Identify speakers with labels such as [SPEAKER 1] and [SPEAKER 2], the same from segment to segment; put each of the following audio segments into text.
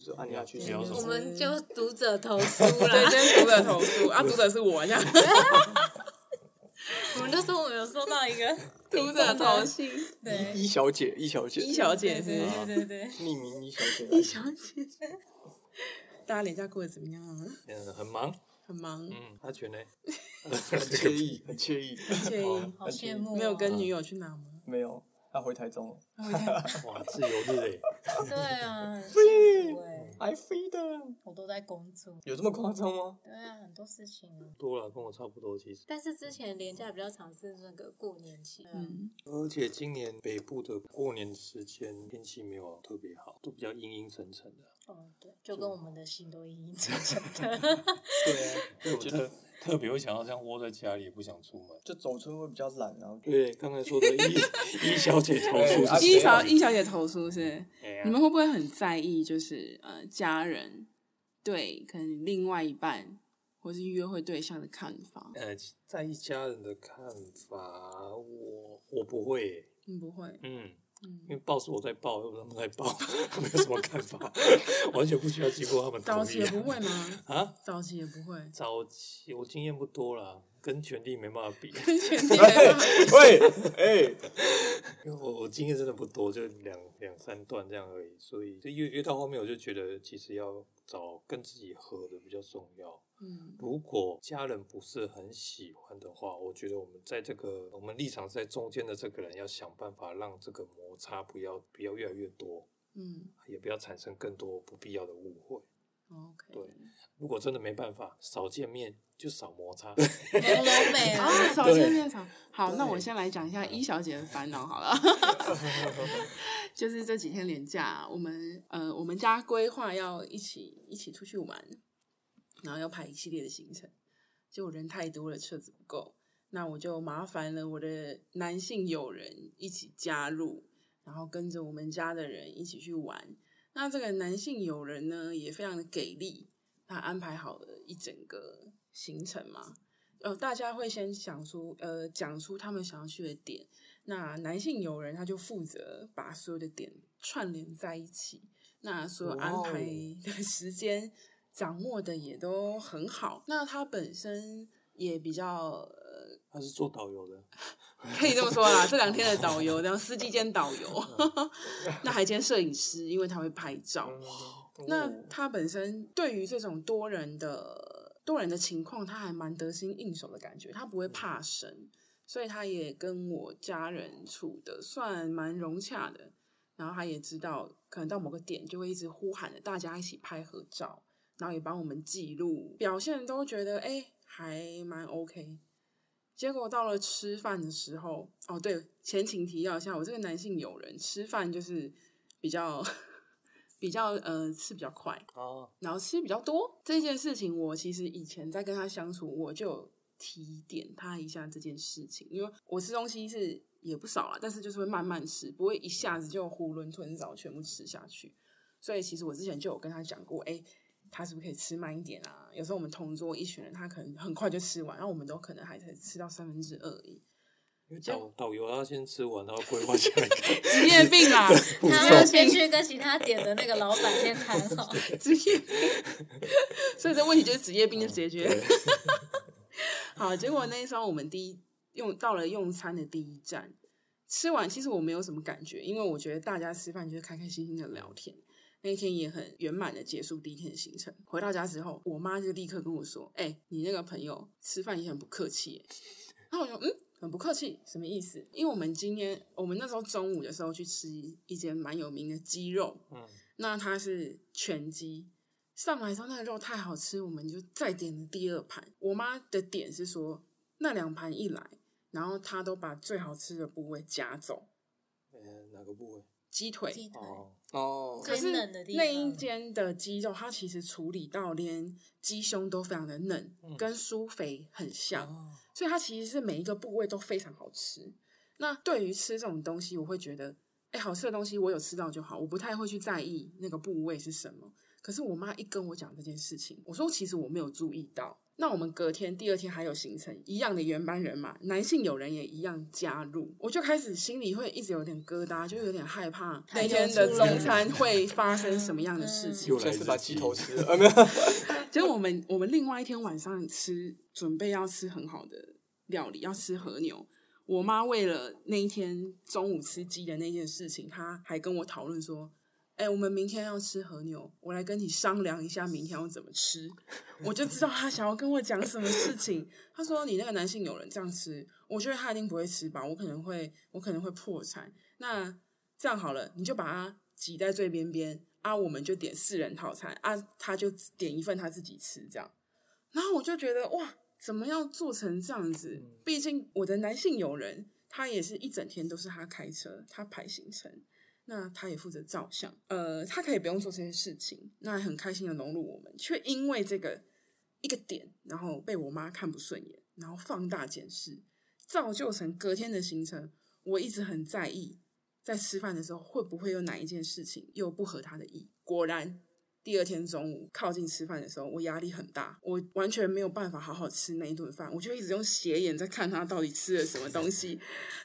[SPEAKER 1] 下啊去
[SPEAKER 2] 有
[SPEAKER 1] 收
[SPEAKER 2] 什么
[SPEAKER 3] 我
[SPEAKER 1] 拾。
[SPEAKER 3] 们就读者投诉
[SPEAKER 2] 对，
[SPEAKER 3] 啦，
[SPEAKER 2] 今天读者投诉 啊，读者是我这样。
[SPEAKER 3] 我们就说我们有收到一个
[SPEAKER 2] 读 者投诉，
[SPEAKER 3] 信，对，
[SPEAKER 1] 一小姐，一小姐，
[SPEAKER 2] 一小姐是
[SPEAKER 3] 对对对对对，
[SPEAKER 1] 匿名一小姐，啊
[SPEAKER 2] 大家连假过得怎么样啊？
[SPEAKER 4] 嗯，很忙，
[SPEAKER 2] 很忙，
[SPEAKER 4] 嗯，阿全呢？
[SPEAKER 1] 很惬意，很惬意。
[SPEAKER 2] 惬意。
[SPEAKER 3] 好羡慕哦，
[SPEAKER 2] 没有跟女友去哪吗？
[SPEAKER 1] 没有，他回台中了，
[SPEAKER 4] 嗯哇，自由日欸诶，
[SPEAKER 3] 对啊，很羡慕欸
[SPEAKER 1] 还飞的，
[SPEAKER 3] 我都在工作，
[SPEAKER 1] 有这么夸张吗？
[SPEAKER 3] 对啊，很多事情啊。
[SPEAKER 4] 多了，跟我差不多其实。
[SPEAKER 3] 但是之前廉假比较常是那个过年期，嗯，
[SPEAKER 2] 嗯，
[SPEAKER 4] 而且今年北部的过年时间天气没有特别好，都比较阴阴沉沉的。
[SPEAKER 3] 哦对，就跟我们的心都阴阴沉沉的，
[SPEAKER 1] 对啊，
[SPEAKER 4] 我觉得特别会想要这样窝在家里，也不想出门。
[SPEAKER 1] 就走村会比较懒，啊然后
[SPEAKER 4] 对，刚才说的 一一小姐投诉
[SPEAKER 1] 对啊
[SPEAKER 4] 是
[SPEAKER 2] 一
[SPEAKER 4] 谁
[SPEAKER 2] 小
[SPEAKER 4] 啊？
[SPEAKER 2] 一小姐投诉是，
[SPEAKER 4] 哎呀
[SPEAKER 2] 你们会不会很在意？就是呃，家人对可能另外一半或是约会对象的看法？
[SPEAKER 4] 呃，在意家人的看法，我我不会耶，
[SPEAKER 2] 嗯，不会，
[SPEAKER 4] 嗯，因
[SPEAKER 2] 嗯，
[SPEAKER 4] 为报是我在报，又不是他们在报， 没有什么看法， 完全不需要经过他们同
[SPEAKER 2] 早期
[SPEAKER 4] 意
[SPEAKER 2] 也
[SPEAKER 4] 啊
[SPEAKER 2] 不会吗？
[SPEAKER 4] 啊。，
[SPEAKER 2] 早期也不会
[SPEAKER 4] 早期我经验不多啦，跟权力没办法比，
[SPEAKER 2] 跟前提没办法
[SPEAKER 1] 喂， 哎，
[SPEAKER 4] 因为我我经验真的不多，就两两三段这样而已，所以就越越到后面我就觉得，其实要找跟自己合的比较重要。
[SPEAKER 2] 嗯
[SPEAKER 4] 如果家人不是很喜欢的话，我觉得我们在这个我们立场是在中间的这个人，要想办法让这个摩擦不要不要越来越多，
[SPEAKER 2] 嗯
[SPEAKER 4] 也不要产生更多不必要的误会。
[SPEAKER 3] 哦
[SPEAKER 2] ，OK，
[SPEAKER 4] 对如果真的没办法，少见面就少摩擦。
[SPEAKER 3] 朦胧美啊，
[SPEAKER 2] 啊，少见面少。好，那我
[SPEAKER 4] 对
[SPEAKER 2] 先来讲一下一小姐的烦恼好了。就是这几天连假，我们呃，我们家规划要一起一起出去玩，然后要排一系列的行程。结果人太多了，车子不够，那我就麻烦了我的男性友人一起加入，然后跟着我们家的人一起去玩。那这个男性友人呢，也非常的给力，他安排好了一整个行程嘛，呃，大家会先想出呃讲出他们想要去的点，那男性友人他就负责把所有的点串联在一起，那所有安排
[SPEAKER 4] 哇
[SPEAKER 2] 的时间掌握的也都很好。那他本身也比较呃，
[SPEAKER 4] 他是做导游的，
[SPEAKER 2] 可以这么说啦，这两天的导游，然后司机兼导游， 那还兼摄影师，因为他会拍照。
[SPEAKER 1] 哦
[SPEAKER 2] 那他本身对于这种多人的多人的情况，他还蛮得心应手的感觉，他不会怕生，所以他也跟我家人处的算蛮融洽的。然后他也知道，可能到某个点就会一直呼喊着大家一起拍合照，然后也帮我们记录，表现都觉得哎、还蛮 OK。结果到了吃饭的时候，哦对，前情提要一下，我这个男性友人吃饭就是比较 比较呃吃比较快，
[SPEAKER 4] 啊，
[SPEAKER 2] 然后吃比较多这件事情，我其实以前在跟他相处，我就有提点他一下这件事情，因为我吃东西是也不少啦，但是就是会慢慢吃，不会一下子就囫囵吞枣全部吃下去。所以其实我之前就有跟他讲过，哎、他是不是可以吃慢一点啊？有时候我们同桌一群人，他可能很快就吃完，然后我们都可能还才吃到三分之二而已。
[SPEAKER 4] 因为导导游他先吃完，他要规划下一 个
[SPEAKER 2] 职业病啦，
[SPEAKER 4] 步
[SPEAKER 3] 他要
[SPEAKER 4] 骤。
[SPEAKER 3] 先去跟其他点的那个老板先谈好，
[SPEAKER 2] 职业病，所以这问题就是职业病的解决。 好，结果那一候我们第一用到了用餐的第一站，吃完其实我没有什么感觉，因为我觉得大家吃饭就是开开心心的聊天。那一天也很圆满的结束第一天的行程。回到家之后，我妈就立刻跟我说：“哎、你那个朋友吃饭也很不客气耶。”然后我就嗯，很不客气，什么意思？因为我们今天我们那时候中午的时候去吃一间蛮有名的鸡肉，
[SPEAKER 4] 嗯，
[SPEAKER 2] 那它是全鸡。上来之后，那个肉太好吃，我们就再点了第二盘。我妈的点是说，那两盘一来，然后她都把最好吃的部位夹走，
[SPEAKER 4] 呃哪个部位？
[SPEAKER 2] 鸡腿。
[SPEAKER 3] 鸡腿
[SPEAKER 4] 哦，
[SPEAKER 1] 哦，
[SPEAKER 2] 可是
[SPEAKER 3] 最嫩的地方
[SPEAKER 2] 那一间的鸡肉，它其实处理到连鸡胸都非常的嫩，
[SPEAKER 4] 嗯
[SPEAKER 2] 跟苏肥很像。
[SPEAKER 4] 哦
[SPEAKER 2] 所以它其实是每一个部位都非常好吃。那对于吃这种东西，我会觉得，哎，好吃的东西我有吃到就好，我不太会去在意那个部位是什么。可是我妈一跟我讲这件事情，我说其实我没有注意到，那我们隔天第二天还有行程，一样的原班人马，男性友人也一样加入，我就开始心里会一直有点疙瘩，就有点害怕那天的中餐会发生什么样的事情
[SPEAKER 4] 又。来
[SPEAKER 1] 就
[SPEAKER 4] 一
[SPEAKER 1] 是把
[SPEAKER 4] 只
[SPEAKER 1] 鸡
[SPEAKER 4] 鸡
[SPEAKER 1] 头吃 了，啊没有，
[SPEAKER 2] 结果我们我们另外一天晚上吃，准备要吃很好的料理，要吃和牛。我妈为了那一天中午吃鸡的那件事情，她还跟我讨论说：“哎、我们明天要吃和牛，我来跟你商量一下明天要怎么吃。”我就知道她想要跟我讲什么事情。 她说：“你那个男性友人这样吃，我觉得他一定不会吃饱，我可能会我可能会破产。那这样好了，你就把它挤在最边边啊，我们就点四人套餐啊，他就点一份他自己吃这样。然后我就觉得哇，怎么要做成这样子？毕竟我的男性友人他也是一整天都是他开车，他排行程。那他也负责照相，呃，他可以不用做这些事情，那很开心的融入我们，却因为这个一个点，然后被我妈看不顺眼，然后放大检视，造就成隔天的行程，我一直很在意，在吃饭的时候会不会有哪一件事情又不合他的意。果然，第二天中午靠近吃饭的时候，我压力很大，我完全没有办法好好吃那一顿饭，我就一直用斜眼在看他到底吃了什么东西，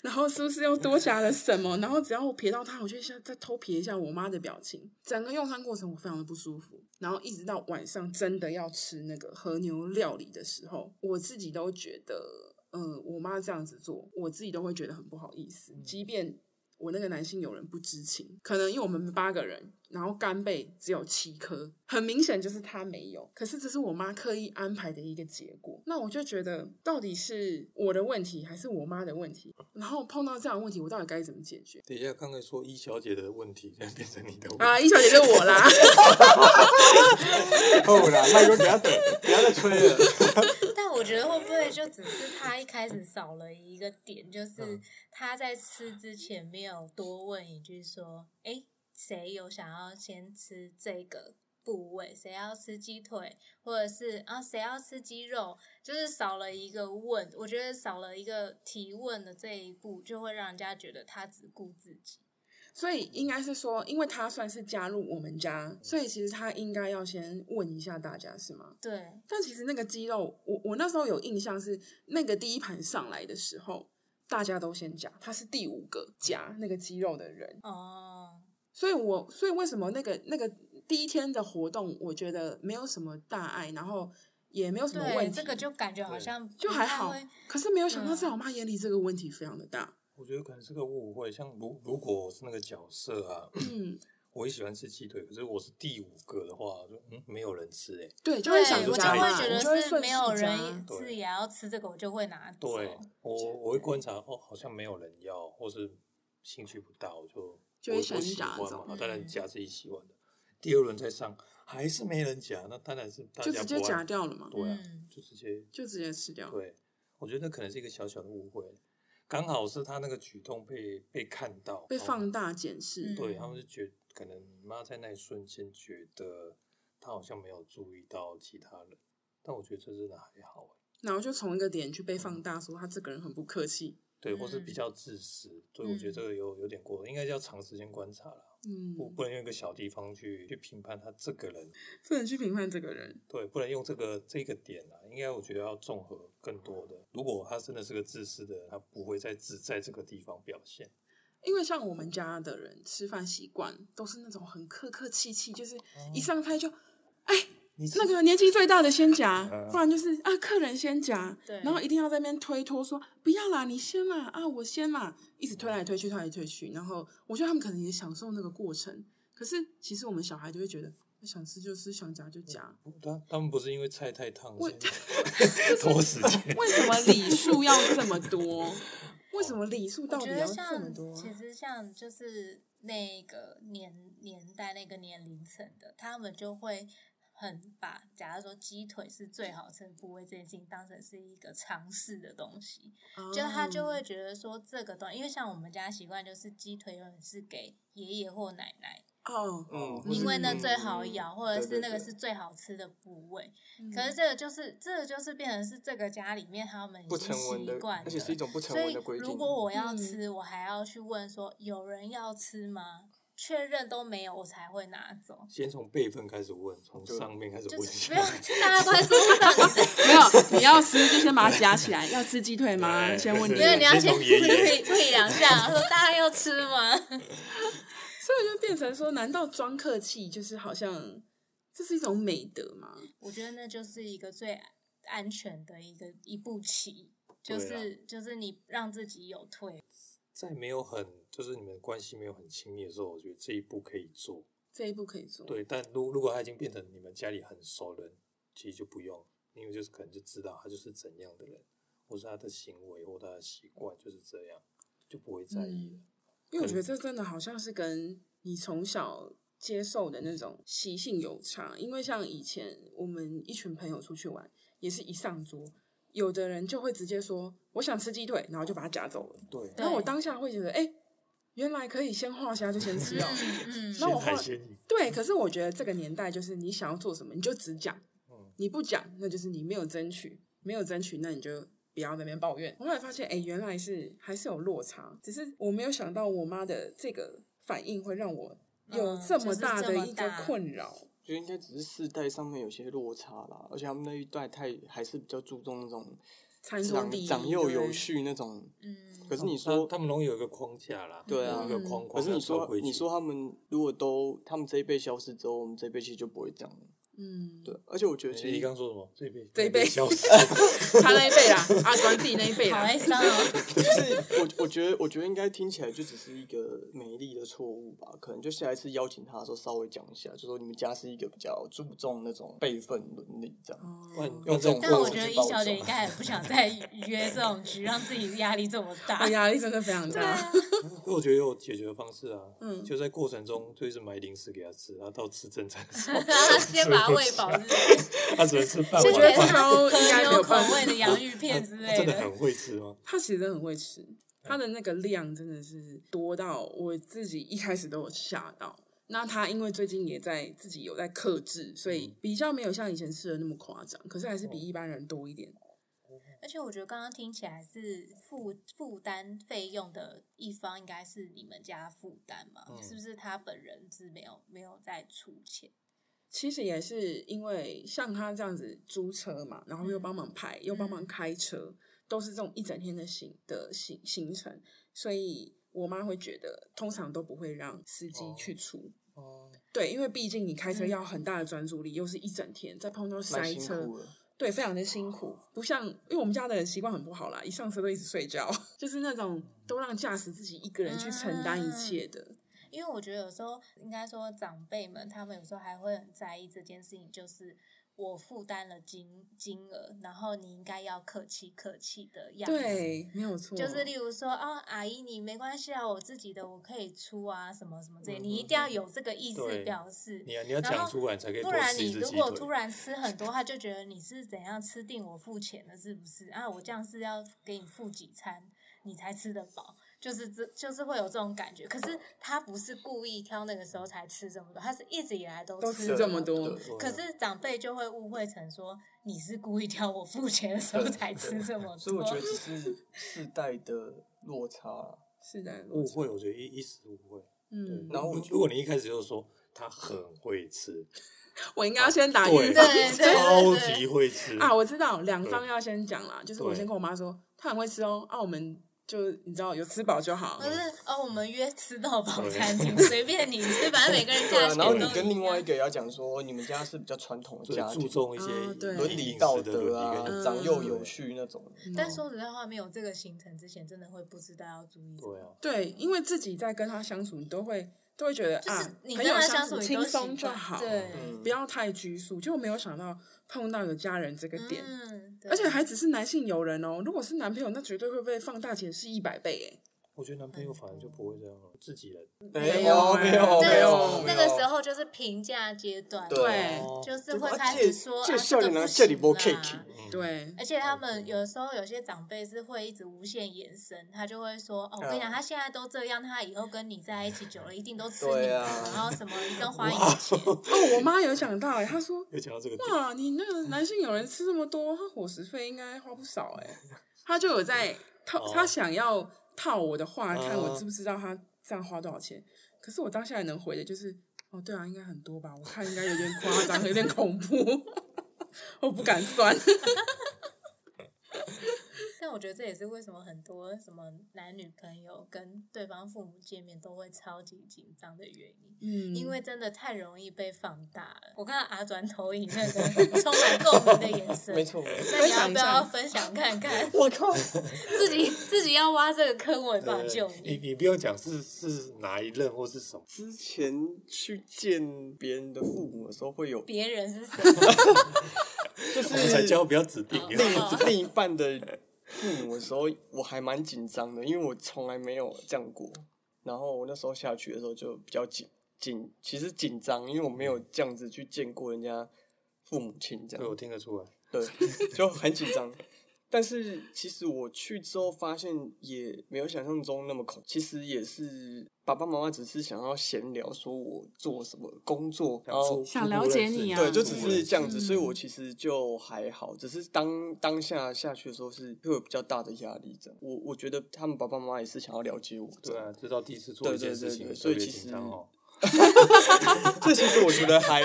[SPEAKER 2] 然后是不是又多加了什么，然后只要我瞥到他，我就想再偷瞥一下我妈的表情。整个用餐过程我非常的不舒服，然后一直到晚上真的要吃那个和牛料理的时候，我自己都觉得。呃，我妈这样子做，我自己都会觉得很不好意思。即便我那个男性友人不知情，可能因为我们八个人，然后干贝只有七颗，很明显就是他没有。可是这是我妈刻意安排的一个结果，那我就觉得到底是我的问题还是我妈的问题？然后碰到这样的问题，我到底该怎么解决？
[SPEAKER 4] 等一下，刚才说一小姐的问题，现在变成你的问题。
[SPEAKER 2] 啊，一小姐就是我 啦，
[SPEAKER 1] 后啦，麦哥给他等，不要再吹 了。
[SPEAKER 3] 但我觉得会不会就只是他一开始少了一个点，就是
[SPEAKER 4] 嗯
[SPEAKER 3] 他在吃之前没有多问一句说，哎，谁有想要先吃这个部位？谁要吃鸡腿，或者是啊谁要吃鸡肉？就是少了一个问，我觉得少了一个提问的这一步，就会让人家觉得他只顾自己。
[SPEAKER 2] 所以应该是说，因为她算是加入我们家，所以其实她应该要先问一下大家，是吗？
[SPEAKER 3] 对，
[SPEAKER 2] 但其实那个鸡肉，我我那时候有印象是那个第一盘上来的时候，大家都先夹，他是第五个夹那个鸡肉的人，
[SPEAKER 3] 哦，
[SPEAKER 2] 所以我所以为什么那个那个第一天的活动，我觉得没有什么大碍，然后也没有什么问
[SPEAKER 3] 对，
[SPEAKER 2] 题，
[SPEAKER 3] 这个就感觉好
[SPEAKER 4] 对
[SPEAKER 3] 像
[SPEAKER 2] 就
[SPEAKER 3] 不
[SPEAKER 2] 还
[SPEAKER 3] 太
[SPEAKER 2] 好
[SPEAKER 3] 会。
[SPEAKER 2] 可是没有想到
[SPEAKER 3] 嗯
[SPEAKER 2] 在我妈眼里这个问题非常的大，
[SPEAKER 4] 我觉得可能是个误会，像如如果我是那个角色啊，
[SPEAKER 2] 嗯，
[SPEAKER 4] 我也喜欢吃鸡腿，可是我是第五个的话，就嗯没有人吃哎、欸，
[SPEAKER 2] 对，就
[SPEAKER 3] 对，
[SPEAKER 2] 会想
[SPEAKER 3] 我就
[SPEAKER 2] 夹
[SPEAKER 4] 加
[SPEAKER 3] 会
[SPEAKER 2] 嘛，
[SPEAKER 3] 觉
[SPEAKER 2] 你
[SPEAKER 3] 得
[SPEAKER 2] 就会
[SPEAKER 3] 是
[SPEAKER 2] 顺
[SPEAKER 3] 没
[SPEAKER 2] 势
[SPEAKER 3] 有人
[SPEAKER 2] 夹
[SPEAKER 3] 也是
[SPEAKER 4] 对
[SPEAKER 3] 也要吃这个，我就会拿走。
[SPEAKER 2] 哦
[SPEAKER 4] 对我我会观察哦，好像没有人要，或是兴趣不大，我就
[SPEAKER 2] 就会
[SPEAKER 4] 我我
[SPEAKER 2] 想
[SPEAKER 4] 喜
[SPEAKER 2] 夹
[SPEAKER 4] 欢
[SPEAKER 2] 走
[SPEAKER 4] 嘛，当然
[SPEAKER 3] 嗯
[SPEAKER 4] 夹自己喜欢的。第二轮再上还是没人夹，那当然是大
[SPEAKER 2] 就
[SPEAKER 4] 家
[SPEAKER 2] 直
[SPEAKER 4] 不
[SPEAKER 2] 接夹
[SPEAKER 4] 爱，
[SPEAKER 2] 掉了嘛，
[SPEAKER 4] 对啊，
[SPEAKER 3] 嗯
[SPEAKER 4] 就直接
[SPEAKER 2] 就直接吃掉，
[SPEAKER 4] 对，我觉得可能是一个小小的误会，刚好是他那个举动被被看到，
[SPEAKER 2] 被
[SPEAKER 4] 然后
[SPEAKER 2] 放大检视，
[SPEAKER 3] 嗯
[SPEAKER 4] 对，他们就觉可能妈在那一瞬间觉得她好像没有注意到其他人，但我觉得这真的还好欸
[SPEAKER 2] 然后就从一个点去被放大，说她这个人很不客气，
[SPEAKER 4] 对，或是比
[SPEAKER 3] 嗯
[SPEAKER 4] 较自私，所以我觉得这个有有点过了，应该要长时间观察了，
[SPEAKER 2] 嗯，
[SPEAKER 4] 不不能用一个小地方去去评判他这个人，
[SPEAKER 2] 不能去评判这个人。
[SPEAKER 4] 对，不能用这个这个点啊，应该我觉得要综合更多的。如果他真的是个自私的人，他不会在只在这个地方表现，
[SPEAKER 2] 因为像我们家的人吃饭习惯都是那种很客客气气，就是一上菜就，哎、
[SPEAKER 4] 你是
[SPEAKER 2] 那个年纪最大的先夹
[SPEAKER 4] 嗯，
[SPEAKER 2] 不然就是啊客人先夹，
[SPEAKER 3] 对
[SPEAKER 2] 然后一定要在那边推脱说不要啦，你先啦，啊我先啦，一直推来推去，推来推去。然后我觉得他们可能也享受那个过程，可是其实我们小孩就会觉得想吃就吃，想夹就夹。
[SPEAKER 4] 他他们不是因为菜太烫，
[SPEAKER 2] 我
[SPEAKER 4] 是 拖时 间。
[SPEAKER 2] 为什么礼数要这么多？为什么礼数到
[SPEAKER 3] 我
[SPEAKER 2] 底
[SPEAKER 3] 觉
[SPEAKER 2] 要
[SPEAKER 3] 得
[SPEAKER 2] 这么
[SPEAKER 3] 像
[SPEAKER 2] 多啊？
[SPEAKER 3] 其实像就是那个年年代那个年龄层的，他们就会很把假如说鸡腿是最好吃的部位这件事情当成是一个尝试的东西，就他就
[SPEAKER 2] 啊
[SPEAKER 3] 会觉得说这个东因为像我们家习惯就是鸡腿永远是给爷爷或奶奶，
[SPEAKER 2] 哦，
[SPEAKER 1] 嗯，
[SPEAKER 3] 因为那
[SPEAKER 2] 嗯
[SPEAKER 3] 最好咬，或
[SPEAKER 1] 对
[SPEAKER 3] 者是
[SPEAKER 1] 对
[SPEAKER 3] 那个
[SPEAKER 1] 对
[SPEAKER 3] 是最好吃的部位。
[SPEAKER 2] 嗯
[SPEAKER 3] 可是这个就是这个就是变成是这个家里面他们已
[SPEAKER 1] 不
[SPEAKER 3] 经
[SPEAKER 1] 成文的
[SPEAKER 3] 习，惯
[SPEAKER 1] 而且
[SPEAKER 3] 了。
[SPEAKER 1] 是一种不成
[SPEAKER 3] 所
[SPEAKER 1] 文
[SPEAKER 3] 以
[SPEAKER 1] 的规定。
[SPEAKER 3] 如果我要
[SPEAKER 2] 嗯
[SPEAKER 3] 吃，我还要去问说有人要吃吗？确认都没有，我才会拿走。
[SPEAKER 4] 先从辈分开始问，从
[SPEAKER 1] 对
[SPEAKER 4] 上面开始
[SPEAKER 3] 就
[SPEAKER 4] 问
[SPEAKER 3] 是
[SPEAKER 4] 下
[SPEAKER 3] 没有，
[SPEAKER 4] 来。
[SPEAKER 3] 就大家都在桌上，
[SPEAKER 2] 没有，你要吃就先把它夹起来。要吃鸡腿吗？
[SPEAKER 4] 对
[SPEAKER 2] 先问你。
[SPEAKER 3] 因为你要
[SPEAKER 4] 先
[SPEAKER 3] 先
[SPEAKER 4] 从爷爷
[SPEAKER 3] 退退两下，说大家要吃吗？
[SPEAKER 2] 所以就变成说，难道装客气就是好像这是一种美德吗？
[SPEAKER 3] 我觉得那就是一个最安全的一个一步棋，
[SPEAKER 4] 对
[SPEAKER 3] 就
[SPEAKER 4] 啊
[SPEAKER 3] 是就是你让自己有退。
[SPEAKER 4] 在没有很就是你们关系没有很亲密的时候，我觉得这一步可以做。
[SPEAKER 2] 这一步可以做。
[SPEAKER 4] 对，但如如果他已经变成你们家里很熟人，其实就不用，因为就是可能就知道他就是怎样的人，或是他的行为或他的习惯就是这样，就不会在意
[SPEAKER 2] 嗯
[SPEAKER 4] 了。
[SPEAKER 2] 因为我觉得这真的好像是跟你从小接受的那种习性有差。因为像以前我们一群朋友出去玩，也是一上桌，有的人就会直接说我想吃鸡腿，然后就把它夹走了。
[SPEAKER 4] 对，
[SPEAKER 3] 对
[SPEAKER 2] 然后我当下会觉得，哎、原来可以先画虾就先吃哦。
[SPEAKER 3] 嗯
[SPEAKER 2] 那我后
[SPEAKER 4] 先害先赢。
[SPEAKER 2] 对，可是我觉得这个年代就是你想要做什么你就只讲，
[SPEAKER 4] 嗯，
[SPEAKER 2] 你不讲那就是你没有争取，没有争取那你就不要在那边抱怨。我后来发现，哎、原来是还是有落差，只是我没有想到我妈的这个反应会让我有
[SPEAKER 3] 嗯
[SPEAKER 2] 这么
[SPEAKER 3] 就是
[SPEAKER 2] 大
[SPEAKER 3] 这
[SPEAKER 2] 的
[SPEAKER 3] 么
[SPEAKER 2] 一个
[SPEAKER 3] 大
[SPEAKER 2] 困扰。
[SPEAKER 1] 觉得应该只是世代上面有些落差啦，而且他们那一代太还是比较注重那种
[SPEAKER 2] 餐桌
[SPEAKER 1] 长
[SPEAKER 2] 礼仪
[SPEAKER 1] 长幼
[SPEAKER 2] 对不
[SPEAKER 1] 有
[SPEAKER 2] 对
[SPEAKER 1] 序那种。
[SPEAKER 3] 嗯，
[SPEAKER 1] 可是你
[SPEAKER 4] 哦他
[SPEAKER 1] 说，
[SPEAKER 4] 他们容易有一个框架啦，
[SPEAKER 1] 对啊
[SPEAKER 4] 有一个框
[SPEAKER 1] 可
[SPEAKER 4] 框。
[SPEAKER 1] 是你
[SPEAKER 4] 要照
[SPEAKER 1] 说
[SPEAKER 4] 规矩
[SPEAKER 1] 你说他们如果都他们这一辈消失之后，我们这一辈其实就不会这样了。
[SPEAKER 2] 嗯，
[SPEAKER 1] 对，，而且我觉得
[SPEAKER 4] 诶
[SPEAKER 1] 其
[SPEAKER 4] 哎你
[SPEAKER 1] 实
[SPEAKER 4] 刚说什么？这一辈
[SPEAKER 2] 这一辈
[SPEAKER 4] 消失，
[SPEAKER 2] 他那一辈啦，阿庄自己那一辈
[SPEAKER 3] 好
[SPEAKER 2] 啦
[SPEAKER 3] 哀，伤哦。
[SPEAKER 1] 就是 我我觉得我觉得应该听起来就只是一个美丽的错误吧，可能就下一次邀请他的时候稍微讲一下，就说你们家是一个比较注重那种辈分伦理这样。
[SPEAKER 2] 哦
[SPEAKER 4] 不然
[SPEAKER 1] 用这种
[SPEAKER 3] 但我
[SPEAKER 1] 过
[SPEAKER 3] 觉得
[SPEAKER 1] 去
[SPEAKER 3] 一
[SPEAKER 1] 包
[SPEAKER 3] 小姐
[SPEAKER 1] 装
[SPEAKER 3] 应该也不想再约这种局，让自己压力这么大
[SPEAKER 2] 我。哎压力真的非常
[SPEAKER 3] 对啊，
[SPEAKER 2] 大。，
[SPEAKER 4] 可我觉得有解决的方式啊，
[SPEAKER 2] 嗯
[SPEAKER 4] 就在过程中就是买零食给他吃，他到吃正餐的时候
[SPEAKER 3] 他先把它喂饱，是不是？
[SPEAKER 4] 他只能吃半
[SPEAKER 3] 先
[SPEAKER 2] 我
[SPEAKER 3] 给
[SPEAKER 2] 觉得
[SPEAKER 4] 碗
[SPEAKER 2] 他
[SPEAKER 4] 饭。
[SPEAKER 3] 他
[SPEAKER 2] 粥
[SPEAKER 3] 喝
[SPEAKER 2] 应该没有
[SPEAKER 3] 牛口
[SPEAKER 2] 办法
[SPEAKER 3] 味的洋芋片之
[SPEAKER 4] 他
[SPEAKER 3] 类
[SPEAKER 4] 真的
[SPEAKER 3] 的。
[SPEAKER 4] 很会吃吗？
[SPEAKER 2] 他其实真的很会吃，他的那个量真的是多到我自己一开始都有吓到。那他因为最近也在自己有在克制，所以比较没有像以前吃的那么夸张，可是还是比一般人多一点。
[SPEAKER 3] 而且我觉得刚刚听起来是负负担费用的一方应该是你们家负担嘛？
[SPEAKER 4] 嗯
[SPEAKER 3] 是不是他本人是没有没有在出钱？
[SPEAKER 2] 其实也是因为像他这样子租车嘛，然后又帮忙排，又帮忙开车，都是这种一整天的行的行行程，所以我妈会觉得通常都不会让司机
[SPEAKER 4] 哦
[SPEAKER 2] 去出。
[SPEAKER 1] 哦，
[SPEAKER 2] 对，因为毕竟你开车
[SPEAKER 3] 嗯
[SPEAKER 2] 要很大的专注力，又是一整天，再碰到
[SPEAKER 1] 蛮
[SPEAKER 2] 塞
[SPEAKER 1] 辛
[SPEAKER 2] 车，
[SPEAKER 1] 苦的。
[SPEAKER 2] 对，非常的辛苦，不像因为我们家的人习惯很不好啦，一上车都一直睡觉， 就是那种都让驾驶自己一个人去承担一
[SPEAKER 3] 嗯
[SPEAKER 2] 切的。
[SPEAKER 3] 因为我觉得有时候应该说长辈们，他们有时候还会很在意这件事情，就是我负担了金金额，然后你应该要客气客气的样子。
[SPEAKER 2] 对，没有错，
[SPEAKER 3] 就是
[SPEAKER 4] 嗯
[SPEAKER 3] 例如说，哦，阿姨，你没关系啊，我自己的我可以出啊，什么什么之类，
[SPEAKER 4] 嗯
[SPEAKER 3] 你一
[SPEAKER 4] 嗯
[SPEAKER 3] 定要有这个意
[SPEAKER 4] 对
[SPEAKER 3] 思表示。
[SPEAKER 4] 你啊，你要
[SPEAKER 3] 然
[SPEAKER 4] 讲
[SPEAKER 3] 后
[SPEAKER 4] 出来，你才可以
[SPEAKER 3] 不
[SPEAKER 4] 多
[SPEAKER 3] 然
[SPEAKER 4] 吃一
[SPEAKER 3] 你
[SPEAKER 4] 只
[SPEAKER 3] 如
[SPEAKER 4] 鸡
[SPEAKER 3] 果
[SPEAKER 4] 腿
[SPEAKER 3] 突。然吃很 多，他就觉得你是怎样吃定我付钱的，是不是？啊，我这样是要给你付几餐，你才吃得饱，就是这就是会有这种感觉。可是他不是故意挑那个时候才吃这么多，他是一直以来都
[SPEAKER 2] 都
[SPEAKER 3] 吃
[SPEAKER 2] 吃
[SPEAKER 3] 这
[SPEAKER 2] 这么多
[SPEAKER 1] 对
[SPEAKER 4] 啊
[SPEAKER 3] 可是长辈就会误会成说你是故意挑我付钱的时候才吃这 么多，
[SPEAKER 1] 所以我觉得只是 世代的落差啦。
[SPEAKER 2] 是的，
[SPEAKER 4] 误
[SPEAKER 1] 哦
[SPEAKER 4] 会，我觉得一一时误会。
[SPEAKER 2] 嗯，
[SPEAKER 1] 然后我
[SPEAKER 4] 如
[SPEAKER 1] 就
[SPEAKER 4] 如果你一开始就说他很会吃，
[SPEAKER 2] 我应该要先打预
[SPEAKER 4] 对，
[SPEAKER 2] 防
[SPEAKER 3] 对对
[SPEAKER 4] 超
[SPEAKER 3] 对
[SPEAKER 4] 级会吃
[SPEAKER 2] 啊，我知道两方
[SPEAKER 4] 对
[SPEAKER 2] 要先讲啦，就是
[SPEAKER 4] 对
[SPEAKER 2] 我先跟我妈说，她很会吃哦，啊，我们就你知道有吃饱就好
[SPEAKER 3] 可，
[SPEAKER 1] 嗯
[SPEAKER 3] 是哦，我们约吃到饱
[SPEAKER 4] 对
[SPEAKER 3] 餐厅，随便你吃，反正每个人
[SPEAKER 1] 对
[SPEAKER 3] 价
[SPEAKER 1] 啊，
[SPEAKER 3] 钱
[SPEAKER 1] 然后
[SPEAKER 3] 都
[SPEAKER 1] 你跟
[SPEAKER 3] 一
[SPEAKER 1] 另外一
[SPEAKER 3] 样
[SPEAKER 1] 个也要讲说，你们家是比较传统的
[SPEAKER 4] 所
[SPEAKER 1] 家
[SPEAKER 4] 以
[SPEAKER 1] 庭，
[SPEAKER 4] 注重一些
[SPEAKER 3] 啊
[SPEAKER 2] 哦对
[SPEAKER 1] 伦
[SPEAKER 4] 饮
[SPEAKER 1] 理
[SPEAKER 4] 食
[SPEAKER 1] 道
[SPEAKER 4] 的伦
[SPEAKER 1] 德啊
[SPEAKER 4] 理跟
[SPEAKER 2] 嗯，
[SPEAKER 1] 长幼有序那种。
[SPEAKER 2] 嗯
[SPEAKER 3] 但说实在话，没有这个行程之前，真的会不知道要注意什么。
[SPEAKER 4] 对啊，
[SPEAKER 2] 对，因为自己在跟她相处，你都会都会觉得
[SPEAKER 3] 就是
[SPEAKER 2] 啊，
[SPEAKER 3] 你
[SPEAKER 2] 朋
[SPEAKER 3] 跟
[SPEAKER 2] 友
[SPEAKER 3] 他
[SPEAKER 2] 相
[SPEAKER 3] 相处，你
[SPEAKER 2] 轻
[SPEAKER 3] 都
[SPEAKER 2] 松
[SPEAKER 3] 习
[SPEAKER 2] 就
[SPEAKER 3] 惯
[SPEAKER 2] 好，
[SPEAKER 3] 对，
[SPEAKER 1] 嗯
[SPEAKER 2] 不要太拘束，就没有想到碰到有家人这个点。
[SPEAKER 3] 嗯，对
[SPEAKER 2] 而且还只是男性友人哦，如果是男朋友，那绝对会被放大解释一百倍哎。
[SPEAKER 4] 我觉得男朋友反而就不会这样了，自己人
[SPEAKER 1] 嗯没
[SPEAKER 2] 有
[SPEAKER 1] 有
[SPEAKER 2] 欸
[SPEAKER 1] 没有
[SPEAKER 3] 那
[SPEAKER 1] 哦没
[SPEAKER 3] 个
[SPEAKER 1] 有，
[SPEAKER 3] 那个时候就是评价阶段，
[SPEAKER 2] 对
[SPEAKER 4] 哦
[SPEAKER 3] 就是
[SPEAKER 1] 就
[SPEAKER 3] 会
[SPEAKER 1] 啊
[SPEAKER 3] 开
[SPEAKER 1] 这
[SPEAKER 3] 始说
[SPEAKER 1] 这
[SPEAKER 3] 啊，
[SPEAKER 1] 笑
[SPEAKER 3] 个
[SPEAKER 1] 脸
[SPEAKER 3] 不
[SPEAKER 1] 啊这里
[SPEAKER 3] 行
[SPEAKER 1] 不
[SPEAKER 3] 啦
[SPEAKER 1] cake
[SPEAKER 4] 嗯，
[SPEAKER 2] 对，
[SPEAKER 3] 而且他们有时候有些长辈是会一直无限延伸，他就会说：“哦，我跟你讲，
[SPEAKER 1] 嗯
[SPEAKER 3] 他现在都这样，他以后跟你在一起久了，一定都吃
[SPEAKER 1] 对
[SPEAKER 3] 你的，
[SPEAKER 1] 啊
[SPEAKER 3] 然后什么一顿花你的钱。
[SPEAKER 2] 哦，我妈有讲到哎，她说
[SPEAKER 4] 又讲到这个点，
[SPEAKER 2] 哇，你那个男性友人吃这么多，他伙食费应该花不少欸哎。她就有在套，
[SPEAKER 4] 哦
[SPEAKER 2] 她想要套我的话，看
[SPEAKER 4] 嗯
[SPEAKER 2] 我知不知道她这样花多少钱？可是我当下也能回的就是，哦，对啊，应该很多吧？我看应该有点夸张，有点恐怖，我不敢算。
[SPEAKER 3] 但我觉得这也是为什么很多什么男女朋友跟对方父母见面都会超级紧张的原因。
[SPEAKER 2] 嗯，
[SPEAKER 3] 因为真的太容易被放大了。我看到阿转投影那个充满共鸣的眼神，
[SPEAKER 1] 没错。？
[SPEAKER 3] 那你要
[SPEAKER 2] 分享一
[SPEAKER 3] 不
[SPEAKER 2] 下
[SPEAKER 3] 要分享看看
[SPEAKER 1] 我靠，
[SPEAKER 3] 自己自己要挖这个坑，我也不好救
[SPEAKER 4] 你
[SPEAKER 3] 你。
[SPEAKER 4] 你不用讲是是哪一任或是什么，
[SPEAKER 1] 之前去见别人的父母的时候，会有
[SPEAKER 3] 别人是谁？
[SPEAKER 1] 就
[SPEAKER 4] 我们才
[SPEAKER 1] 是
[SPEAKER 4] 叫不要指定。
[SPEAKER 3] 好
[SPEAKER 1] 另一另一半的父母的时候，我还蛮紧张的，因为我从来没有这样过。然后我那时候下去的时候就比较紧紧，其实紧张，因为我没有这样子去见过人家父母亲这
[SPEAKER 4] 对，
[SPEAKER 1] 样
[SPEAKER 4] 我。听得出来。
[SPEAKER 1] 对， 就很紧张。但是其实我去之后发现也没有想象中那么恐，其实也是爸爸妈妈只是想要闲聊，说我做什么工作，然后
[SPEAKER 2] 想了解你啊
[SPEAKER 1] 哦对，就只是这样子，
[SPEAKER 2] 嗯
[SPEAKER 1] 所以我其实就还好，只是当当下下去的时候是会有比较大的压力这样。我我觉得他们爸爸妈妈也是想要了解我，
[SPEAKER 4] 对啊，知道第一次做一件事情，
[SPEAKER 1] 对对对对所以
[SPEAKER 4] 特别
[SPEAKER 1] 其实
[SPEAKER 4] 紧张哦。
[SPEAKER 2] 啊
[SPEAKER 1] 这其实我觉得还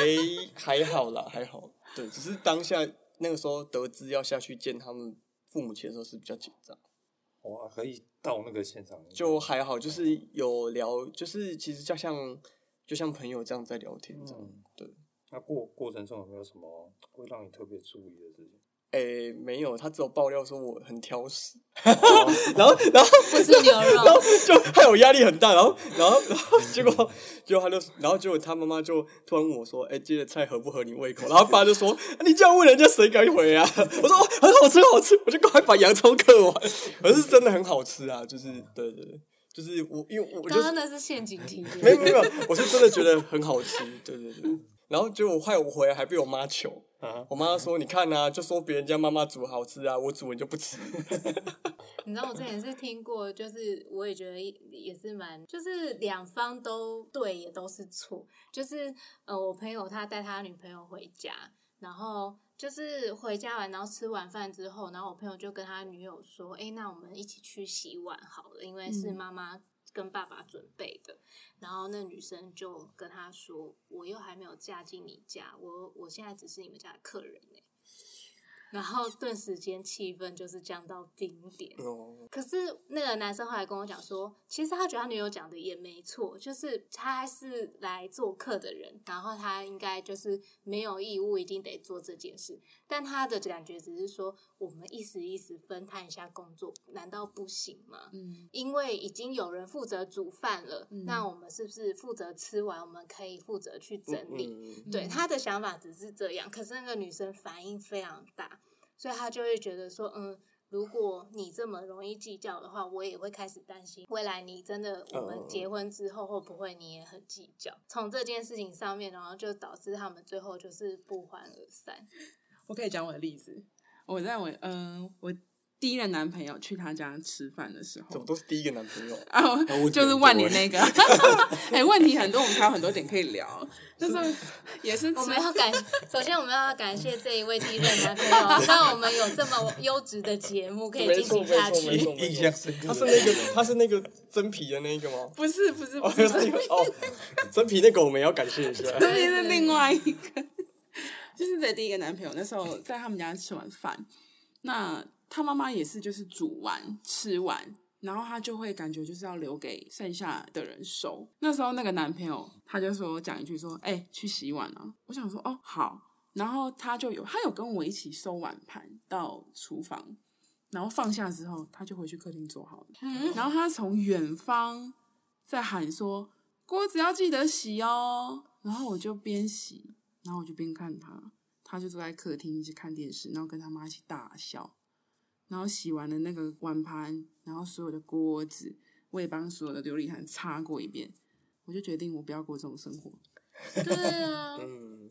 [SPEAKER 1] 还好啦，还好。对，只是当下那个时候得知要下去见他们父母亲的时候是比较紧张。
[SPEAKER 4] 我哦啊可以到那个现场，
[SPEAKER 1] 就还好，就是有聊，就是其实就像就像朋友这样在聊天这样。
[SPEAKER 4] 嗯
[SPEAKER 1] 对，
[SPEAKER 4] 那过过程中有没有什么会让你特别注意的 事情？
[SPEAKER 1] 诶、没有，他只有爆料说我很挑食， 然后然后
[SPEAKER 3] 不是 牛
[SPEAKER 1] 然后
[SPEAKER 3] 肉，
[SPEAKER 1] 就害我压力很大，然后然后然后结果结果他就然后结果他妈妈就突然问我说，哎、今天的菜合不合你胃口？然后爸就说，啊你这样问人家谁敢回啊？我说、哦很好吃，很好吃，我就赶快把洋葱嗑完，可是真的很好吃啊，就是对对对，就是我因为我就
[SPEAKER 3] 刚
[SPEAKER 1] 是
[SPEAKER 3] 刚那是陷阱题。
[SPEAKER 1] 没有没有，没有，我是真的觉得很好吃，对对对。然后结果害我回来还被我妈求，
[SPEAKER 4] 啊，
[SPEAKER 1] 我妈说你看啊，就说别人家妈妈煮好吃啊，我煮了就不吃。
[SPEAKER 3] 你知道我之前是听过，就是我也觉得也是蛮，就是两方都对，也都是错。就是呃，我朋友他带他女朋友回家，然后就是回家完，然后吃完饭之后，然后我朋友就跟他女友说：“诶，那我们一起去洗碗好了，因为是
[SPEAKER 2] 嗯
[SPEAKER 3] 妈妈跟爸爸准备的。然后那女生就跟他说：“我又还没有嫁进你家，我我现在只是你们家的客人呢、然后顿时间气氛就是降到冰点，
[SPEAKER 1] 哦，
[SPEAKER 3] 可是那个男生后来跟我讲说，其实他觉得他女友讲的也没错，就是他是来做客的人，然后他应该就是没有义务一定得做这件事，但他的感觉只是说，我们一时一时分摊一下工作，难道不行吗？
[SPEAKER 2] 嗯
[SPEAKER 3] 因为已经有人负责煮饭了，
[SPEAKER 2] 嗯
[SPEAKER 3] 那我们是不是负责吃完，我们可以负责去整理？
[SPEAKER 1] 嗯
[SPEAKER 3] 对，
[SPEAKER 2] 嗯
[SPEAKER 3] 他的想法只是这样，可是那个女生反应非常大，所以他就会觉得说，嗯，如果你这么容易计较的话，我也会开始担心未来你真的我们结
[SPEAKER 1] 嗯
[SPEAKER 3] 婚之后会不会你也很计较？从这件事情上面，然后就导致他们最后就是不欢而 散。
[SPEAKER 2] 我可以讲我的例子。我在我嗯、我第一任男朋友去他家吃饭的时候，
[SPEAKER 1] 怎么都是第一个男朋友？
[SPEAKER 2] 啊，
[SPEAKER 4] 那问题
[SPEAKER 2] 就是
[SPEAKER 4] 很
[SPEAKER 2] 万
[SPEAKER 4] 多
[SPEAKER 2] 年那
[SPEAKER 4] 欸
[SPEAKER 2] 个， 哎、问题很多，我们还有很多点可以聊。就是也是吃
[SPEAKER 3] 我们要感，首先我们要感谢这一位第一任男朋 友，让我们有这么优质的节目可以
[SPEAKER 1] 没
[SPEAKER 3] 进
[SPEAKER 1] 错
[SPEAKER 3] 行下
[SPEAKER 1] 没错没
[SPEAKER 3] 去
[SPEAKER 1] 错。
[SPEAKER 4] 印印象深刻。
[SPEAKER 1] 他是那 个他是那个真皮的那个 吗？
[SPEAKER 2] 不是不是不
[SPEAKER 1] 哦，
[SPEAKER 2] 是，
[SPEAKER 1] 是那个哦，真皮那个我们也要感谢一下。
[SPEAKER 2] 这也是另外一个，就是在第一个男朋友那时候，在他们家吃完饭，那他妈妈也是就是煮完吃完，然后他就会感觉就是要留给剩下的人收。那时候那个男朋友他就说讲一句说，哎、去洗碗啊。我想说哦好，然后他就有他有跟我一起收碗盘到厨房。然后放下之后，他就回去客厅坐好了。然后他从远方在喊说：“锅子要记得洗哦。”然后我就边洗，然后我就边看他，他就坐在客厅一直看电视，然后跟他妈一起大笑。然后洗完了那个碗盘，然后所有的锅子，我也帮所有的琉璃盘擦过一遍。我就决定我不要过这种生活，
[SPEAKER 3] 对啊，
[SPEAKER 1] 嗯，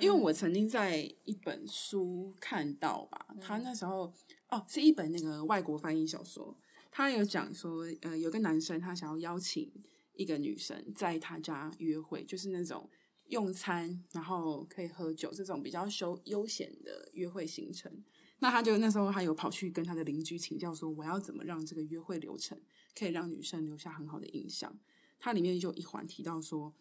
[SPEAKER 2] 因为我曾经在一本书看到吧，他那时候哦是一本那个外国翻译小说，他有讲说，呃，有个男生他想要邀请一个女生在他家约会，就是那种用餐然后可以喝酒这种比较休悠闲的约会行程。那他就那时候还有跑去跟他的邻居请教说，我要怎么让这个约会流程可以让女生留下很好的印象。它里面就有一环提到说，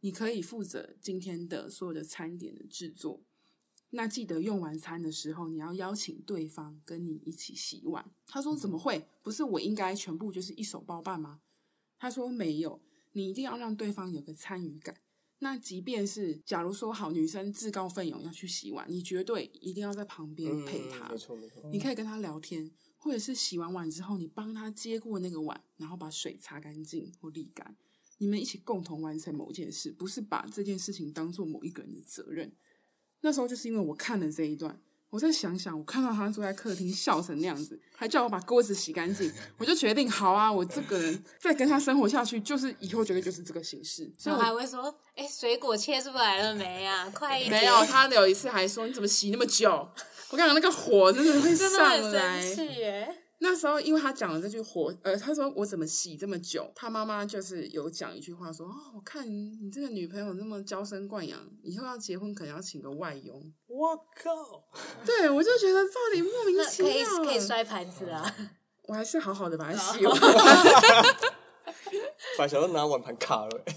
[SPEAKER 2] 你可以负责今天的所有的餐点的制作。那记得用完餐的时候，你要邀请对方跟你一起洗碗。他说：“怎么会？不是我应该全部就是一手包办吗？”他说：“没有，你一定要让对方有个参与感。那即便是假如说好女生自告奋勇要去洗碗，你绝对一定要在旁边陪她。
[SPEAKER 1] 嗯没错没
[SPEAKER 3] 嗯
[SPEAKER 1] 错，
[SPEAKER 2] 你可以跟他聊天，或者是洗完碗之后，你帮他接过那个碗，然后把水擦干净或沥干，你们一起共同完成某件事，不是把这件事情当做某一个人的责任。那时候就是因为我看了这一段，我再想想，我看到他坐在客厅笑成那样子，还叫我把锅子洗干净，我就决定，好啊，我这个人再跟他生活下去，就是以后绝对就是这个形式。所
[SPEAKER 3] 然
[SPEAKER 2] 以
[SPEAKER 3] 后还
[SPEAKER 2] 我
[SPEAKER 3] 会说：“哎、水果切出来了没啊？快一点！”
[SPEAKER 2] 没有，他有一次还说你怎么洗那么久？我感觉那个火真的会
[SPEAKER 3] 真
[SPEAKER 2] 上
[SPEAKER 3] 的很
[SPEAKER 2] 来。
[SPEAKER 3] 生气耶。
[SPEAKER 2] 那时候，因为他讲了这句火，呃，他说我怎么洗这么久？他妈妈就是有讲一句话说，哦，我看你你这个女朋友那么娇生惯养，以后要结婚可能要请个外佣。
[SPEAKER 1] 我靠，
[SPEAKER 2] 对我就觉得到底莫名
[SPEAKER 3] 那
[SPEAKER 2] 其
[SPEAKER 3] 可以可以哦
[SPEAKER 2] 妙。
[SPEAKER 3] 摔盘子 啊！
[SPEAKER 2] 我还是好好的把它 洗完。
[SPEAKER 1] 反想到拿碗盘卡了、
[SPEAKER 2] 哎、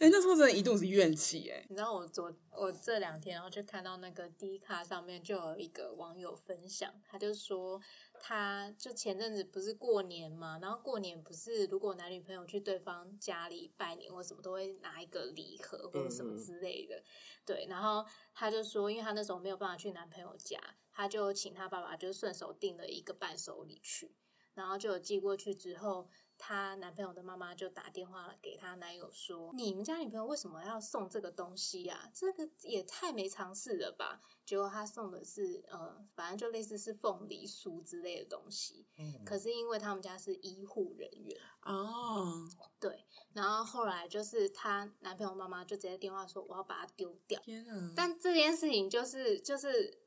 [SPEAKER 2] 那时候真的一肚子怨气、哎，
[SPEAKER 3] 你知道我昨我这两天，然后就看到那个 D 卡上面就有一个网友分享，他就说，他就前阵子不是过年嘛，然后过年不是如果男女朋友去对方家里拜年或什么，都会拿一个礼盒或者什么之类的，对，然后他就说，因为他那时候没有办法去男朋友家，他就请他爸爸就顺手订了一个伴手礼去，然后就有寄过去之后，她男朋友的妈妈就打电话给她男友说：“你们家女朋友为什么要送这个东西呀、这个也太没常识了吧！”结果她送的是呃，反正就类似是凤梨酥之类的东西。
[SPEAKER 4] 嗯
[SPEAKER 3] 可是因为他们家是医护人员，
[SPEAKER 2] 哦，
[SPEAKER 3] 对，然后后来就是她男朋友妈妈就直接电话说：“我要把它丢掉。”
[SPEAKER 2] 天啊！
[SPEAKER 3] 但这件事情就是就是，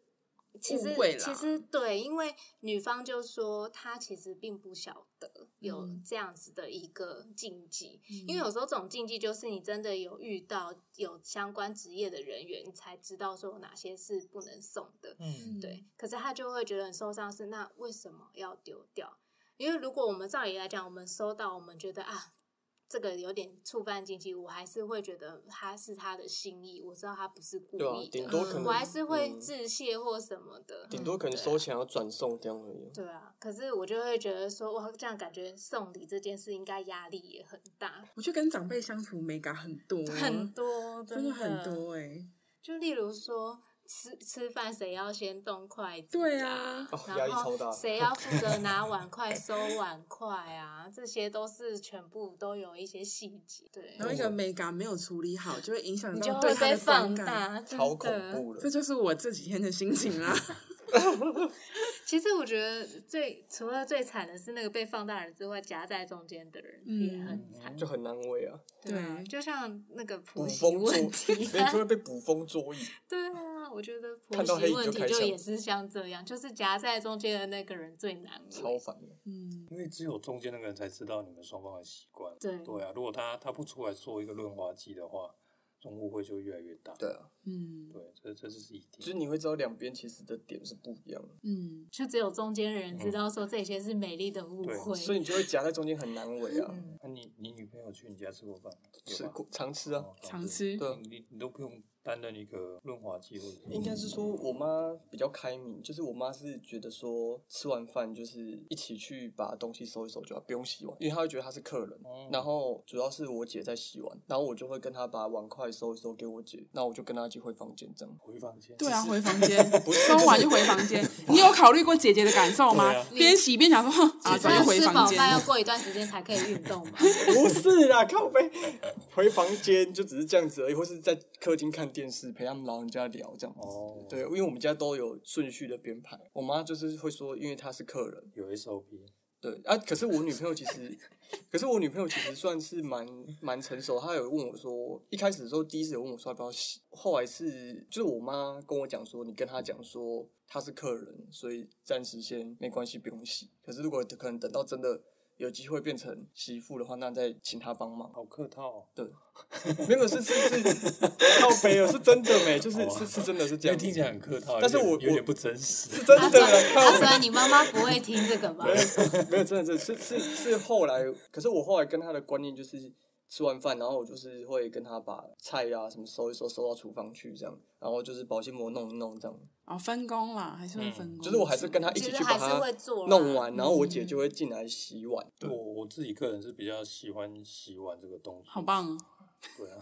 [SPEAKER 3] 其实
[SPEAKER 2] 误会啦
[SPEAKER 3] 其实对，因为女方就说她其实并不晓得有
[SPEAKER 2] 嗯
[SPEAKER 3] 这样子的一个禁忌，
[SPEAKER 2] 嗯
[SPEAKER 3] 因为有时候这种禁忌就是你真的有遇到有相关职业的人员，你才知道说有哪些是不能送的。
[SPEAKER 1] 嗯，
[SPEAKER 3] 对，可是她就会觉得很受伤，是那为什么要丢掉？因为如果我们照理来讲，我们收到，我们觉得啊，这个有点触犯禁忌，我还是会觉得他是他的心意，我知道他不是故
[SPEAKER 1] 对啊
[SPEAKER 3] 意，的，
[SPEAKER 1] 顶多可
[SPEAKER 2] 嗯
[SPEAKER 1] 能
[SPEAKER 3] 我还是会
[SPEAKER 1] 嗯
[SPEAKER 3] 致谢或什么的。
[SPEAKER 1] 顶多可能收钱要转送这样而已。
[SPEAKER 3] 对啊，可是我就会觉得说，哇，这样感觉送礼这件事应该压力也很大，
[SPEAKER 2] 我就跟长辈相处美感很多，
[SPEAKER 1] 嗯
[SPEAKER 2] 哦
[SPEAKER 3] 很多，
[SPEAKER 2] 真的
[SPEAKER 3] 的
[SPEAKER 2] 很多、哎，
[SPEAKER 3] 就例如说，吃吃饭谁要先动筷子、
[SPEAKER 2] 对
[SPEAKER 3] 啊
[SPEAKER 2] 啊，
[SPEAKER 1] 哦压
[SPEAKER 3] 然
[SPEAKER 1] 力超大
[SPEAKER 3] 后谁要负责拿碗筷、收碗筷啊？这些都是全部都有一些细节，对，
[SPEAKER 2] 然后一个美感没有处理好，就会影响
[SPEAKER 3] 你就
[SPEAKER 2] 到
[SPEAKER 3] 会
[SPEAKER 2] 对他
[SPEAKER 3] 被
[SPEAKER 2] 的
[SPEAKER 3] 放
[SPEAKER 2] 观感。
[SPEAKER 3] 大，
[SPEAKER 1] 超恐
[SPEAKER 3] 真的。
[SPEAKER 1] 怖
[SPEAKER 2] 这
[SPEAKER 1] 的，
[SPEAKER 2] 就是我这几天的心情啊啦。
[SPEAKER 3] 其实我觉得最除了最惨的是那个被放大的人之外，夹在中间的人
[SPEAKER 2] 嗯
[SPEAKER 3] 也很惨，
[SPEAKER 1] 就很难为啊，
[SPEAKER 3] 啊
[SPEAKER 2] 对
[SPEAKER 3] 就像那个
[SPEAKER 1] 捕
[SPEAKER 3] 婆媳
[SPEAKER 1] 风捉，
[SPEAKER 3] 问
[SPEAKER 1] 你
[SPEAKER 3] 题
[SPEAKER 1] 就
[SPEAKER 3] 啊，
[SPEAKER 1] 会被捕风捉影。
[SPEAKER 3] 对啊，我觉得婆
[SPEAKER 1] 看到黑
[SPEAKER 3] 媳
[SPEAKER 1] 影
[SPEAKER 3] 问
[SPEAKER 1] 就
[SPEAKER 3] 题
[SPEAKER 1] 开
[SPEAKER 3] 就
[SPEAKER 1] 枪
[SPEAKER 3] 也是像这样，就是夹在中间的那个人最难
[SPEAKER 1] 超
[SPEAKER 3] 为。
[SPEAKER 1] 烦的，
[SPEAKER 2] 嗯，
[SPEAKER 4] 因为只有中间那个人才知道你们双方的习惯。
[SPEAKER 3] 对
[SPEAKER 4] 对啊，如果他他不出来做一个润滑剂的话，这种误会就越来越大。
[SPEAKER 1] 对啊，
[SPEAKER 2] 嗯
[SPEAKER 4] 对，这这是一
[SPEAKER 1] 就是
[SPEAKER 4] 定。
[SPEAKER 1] 你会知道两边其实的点是不一样的，
[SPEAKER 2] 嗯，
[SPEAKER 3] 就只有中间的人知道说这些是美丽的误
[SPEAKER 4] 对
[SPEAKER 3] 会。
[SPEAKER 1] 所以你就会夹在中间很难为啊，
[SPEAKER 3] 嗯，
[SPEAKER 4] 那、你你女朋友去你家吃过饭？有
[SPEAKER 1] 吃
[SPEAKER 4] 吧
[SPEAKER 1] 过常吃啊，
[SPEAKER 4] 哦
[SPEAKER 2] 常吃
[SPEAKER 1] 对啊
[SPEAKER 4] 你你你都不用担任一个润滑剂或者是
[SPEAKER 1] 应该是说我妈比较开明，就是我妈是觉得说吃完饭就是一起去把东西收一收就好，不用洗碗，因为她会觉得她是客人。
[SPEAKER 4] 哦
[SPEAKER 1] 然后主要是我姐在洗碗，然后我就会跟她把碗筷收一收给我姐，那我就跟她一起回房间这样。
[SPEAKER 4] 回房间。
[SPEAKER 2] 对啊，回房 间，收完就回房间。你有考虑过姐姐的感受吗
[SPEAKER 4] 对啊？
[SPEAKER 2] 边洗边想说，哼啊，早
[SPEAKER 3] 那
[SPEAKER 2] 就回
[SPEAKER 3] 吃
[SPEAKER 2] 房
[SPEAKER 3] 饱
[SPEAKER 2] 间。
[SPEAKER 3] 饭要哦过一段时间才可以运动嘛？
[SPEAKER 1] 不是啦，靠背，回房间就只是这样子而已，或是在客厅看电视陪他们老人家聊这样子。
[SPEAKER 4] 哦，
[SPEAKER 1] 对，，因为我们家都有顺序的编排，我妈就是会说，因为她是客人，
[SPEAKER 4] 有 SOP。
[SPEAKER 1] 对啊，可是我女朋友其实， 可是我女朋友其实算是蛮蛮成熟。她有问我说，一开始的时候第一次有问我说要不要洗，后来是就是我妈跟我讲说，你跟她讲说她是客人，所以暂时先没关系，不用洗。可是如果可能等到真的有机会变成媳妇的话，那再请她帮忙。
[SPEAKER 4] 好客套、哦，
[SPEAKER 1] 对，没有是是是靠背哦，是真的没，就是
[SPEAKER 4] 好啊
[SPEAKER 1] 是是真的是这
[SPEAKER 4] 因
[SPEAKER 1] 样，
[SPEAKER 4] 为听起来很客套，
[SPEAKER 1] 但是
[SPEAKER 4] 有点
[SPEAKER 1] 我
[SPEAKER 4] 有点
[SPEAKER 1] 我
[SPEAKER 4] 不真实。
[SPEAKER 1] 是真
[SPEAKER 3] 阿
[SPEAKER 1] 的
[SPEAKER 3] 专
[SPEAKER 1] 啦靠
[SPEAKER 3] 阿专，你妈妈不会听这个吧？
[SPEAKER 1] 啊 没有，真的，真的是是是后来，可是我后来跟他的观念就是，吃完饭，然后我就是会跟他把菜啊什么收一收，收到厨房去这样，然后就是保鲜膜弄一弄这样，
[SPEAKER 2] 哦，分工啦，还是会
[SPEAKER 4] 嗯
[SPEAKER 2] 分工。
[SPEAKER 1] 就是我还是跟他一
[SPEAKER 3] 其
[SPEAKER 1] 起
[SPEAKER 3] 实
[SPEAKER 1] 去
[SPEAKER 3] 还
[SPEAKER 1] 把
[SPEAKER 3] 是
[SPEAKER 1] 它
[SPEAKER 3] 会做啦啊
[SPEAKER 1] 弄完，然后我姐就会进来洗碗。
[SPEAKER 4] 我我自己个人是比较喜欢洗碗这个动 作，
[SPEAKER 2] 好棒哦！
[SPEAKER 4] 对啊，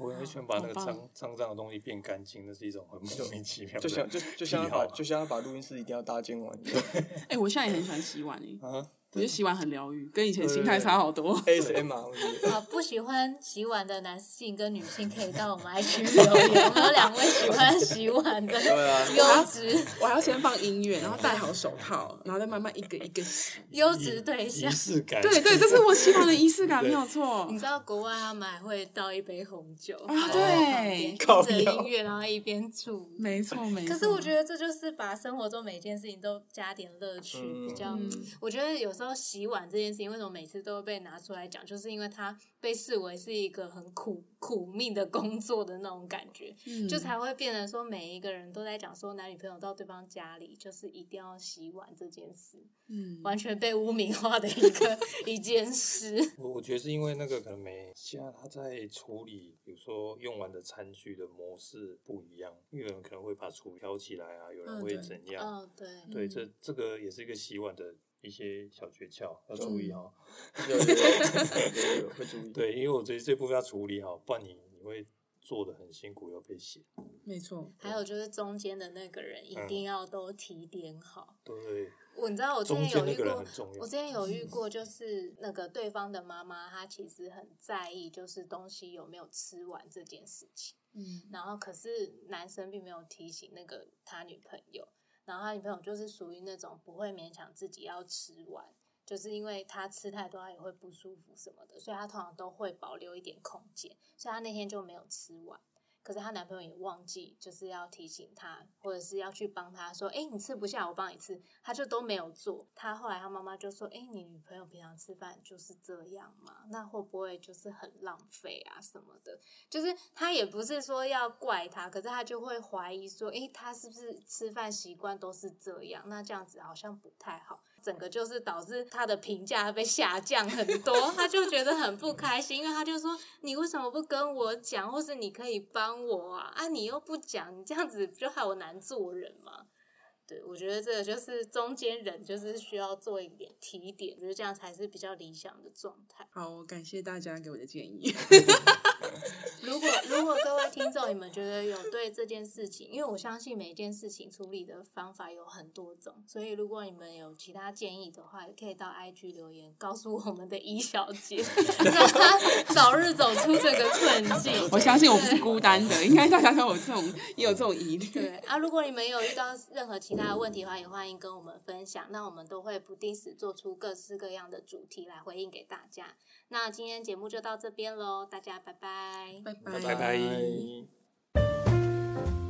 [SPEAKER 4] 我也会喜欢把那
[SPEAKER 2] 好
[SPEAKER 4] 个
[SPEAKER 2] 棒
[SPEAKER 4] 脏脏脏的东西变干净，那是一种很莫名其妙的。
[SPEAKER 1] 就像就就 像要
[SPEAKER 4] 好
[SPEAKER 1] 把
[SPEAKER 4] 啊
[SPEAKER 1] 就像要把录音室一定要搭建完一 样
[SPEAKER 2] 哎，我现在也很喜欢洗碗诶，
[SPEAKER 1] 啊
[SPEAKER 2] 我觉得洗碗很疗愈，跟以前
[SPEAKER 1] 对对
[SPEAKER 2] 心态
[SPEAKER 1] 对
[SPEAKER 2] 差好多。
[SPEAKER 1] ，ASM 啊，我觉得
[SPEAKER 3] 啊，不喜欢洗碗的男性跟女性可以到我们 IG 留言，还有两位喜欢洗碗的
[SPEAKER 1] 对啊，
[SPEAKER 3] 优质
[SPEAKER 2] 我还要先放音乐，然后戴好手套，然后再慢慢一个一个洗。
[SPEAKER 3] 优质对
[SPEAKER 4] 仪
[SPEAKER 3] 象。
[SPEAKER 4] 式感，
[SPEAKER 2] 对对，这是我洗碗的仪式感，没有错
[SPEAKER 3] 你。知道国外他们还会倒一杯红酒
[SPEAKER 2] 啊
[SPEAKER 3] 然后
[SPEAKER 2] 对
[SPEAKER 3] 在旁边
[SPEAKER 1] 靠
[SPEAKER 3] 听着
[SPEAKER 1] 腰
[SPEAKER 3] 音乐，然后一边煮。
[SPEAKER 2] 没错没错。嗯
[SPEAKER 3] 可是我觉得这就是把生活中每件事情都加点乐趣，
[SPEAKER 1] 嗯
[SPEAKER 3] 比较。
[SPEAKER 2] 嗯
[SPEAKER 3] 我觉得有时候洗碗这件事情，为什么每次都会被拿出来讲，就是因为它被视为是一个很苦苦命的工作的那种感觉，
[SPEAKER 2] 嗯
[SPEAKER 3] 就才会变成说每一个人都在讲说男女朋友到对方家里就是一定要洗碗这件事，
[SPEAKER 2] 嗯
[SPEAKER 3] 完全被污名化的一个一件事。
[SPEAKER 4] 我我觉得是因为那个可能每家他在处理，比如说用完的餐具的模式不一样，因为有人可能会把厨挑起来啊，有人
[SPEAKER 2] 嗯
[SPEAKER 4] 会
[SPEAKER 2] 对
[SPEAKER 4] 怎样？
[SPEAKER 3] 哦，对，
[SPEAKER 4] 对，
[SPEAKER 2] 嗯
[SPEAKER 4] 这这个也是一个洗碗的一些小诀窍，要注
[SPEAKER 2] 嗯
[SPEAKER 4] 意哦。
[SPEAKER 1] 有有有有有会注意。
[SPEAKER 4] 对，因为我觉得这部分要处理好，不然你你会做的很辛苦，又被写。
[SPEAKER 2] 没错。
[SPEAKER 3] 还有就是中间的那个人一
[SPEAKER 4] 嗯
[SPEAKER 3] 定要都提点好。
[SPEAKER 4] 对，
[SPEAKER 3] 我你知道我之
[SPEAKER 4] 中
[SPEAKER 3] 前
[SPEAKER 4] 间
[SPEAKER 3] 有
[SPEAKER 4] 那
[SPEAKER 3] 遇
[SPEAKER 4] 个人
[SPEAKER 3] 过
[SPEAKER 4] 很，重要
[SPEAKER 3] 我之。前有遇过，就是那个对方的妈妈，她其实很在意，就是东西有没有吃完这件事情。
[SPEAKER 2] 嗯
[SPEAKER 3] 然后可是男生并没有提醒那个他女朋友，然后他女朋友就是属于那种不会勉强自己要吃完，就是因为他吃太多他也会不舒服什么的，所以他通常都会保留一点空间，所以他那天就没有吃完。可是她男朋友也忘记，就是要提醒她，或者是要去帮她说：“哎、你吃不下，我帮你吃。”她就都没有做。她后来她妈妈就说：“哎、你女朋友平常吃饭就是这样嘛？那会不会就是很浪费啊什么的？”就是她也不是说要怪她，可是她就会怀疑说：“哎、她是不是吃饭习惯都是这样？那这样子好像不太好。”整个就是导致她的评价被下降很多，她就觉得很不开心，因为她就说你为什么不跟我讲，或是你可以帮我啊？啊，你又不讲，你这样子不就害我难做人吗？对，我觉得这个就是中间人，就是需要做一点提点，我觉得这样才是比较理想的状态。
[SPEAKER 2] 好，感谢大家给我的建议。
[SPEAKER 3] 如果如果各位听众，你们觉得有对这件事情，因为我相信每一件事情处理的方法有很多种，所以如果你们有其他建议的话，也可以到 IG 留言告诉我们的一小姐， 让她早日走出这个困境。
[SPEAKER 2] 我相信我不是孤单的，应该大家都有这种也有这种疑虑。
[SPEAKER 3] 对啊，如果你们有遇到任何其他的问题的话，也欢迎跟我们分享。那我们都会不定时做出各式各样的主题来回应给大家。那今天节目就到这边喽，大家拜拜。
[SPEAKER 2] 拜
[SPEAKER 4] 拜拜
[SPEAKER 1] 拜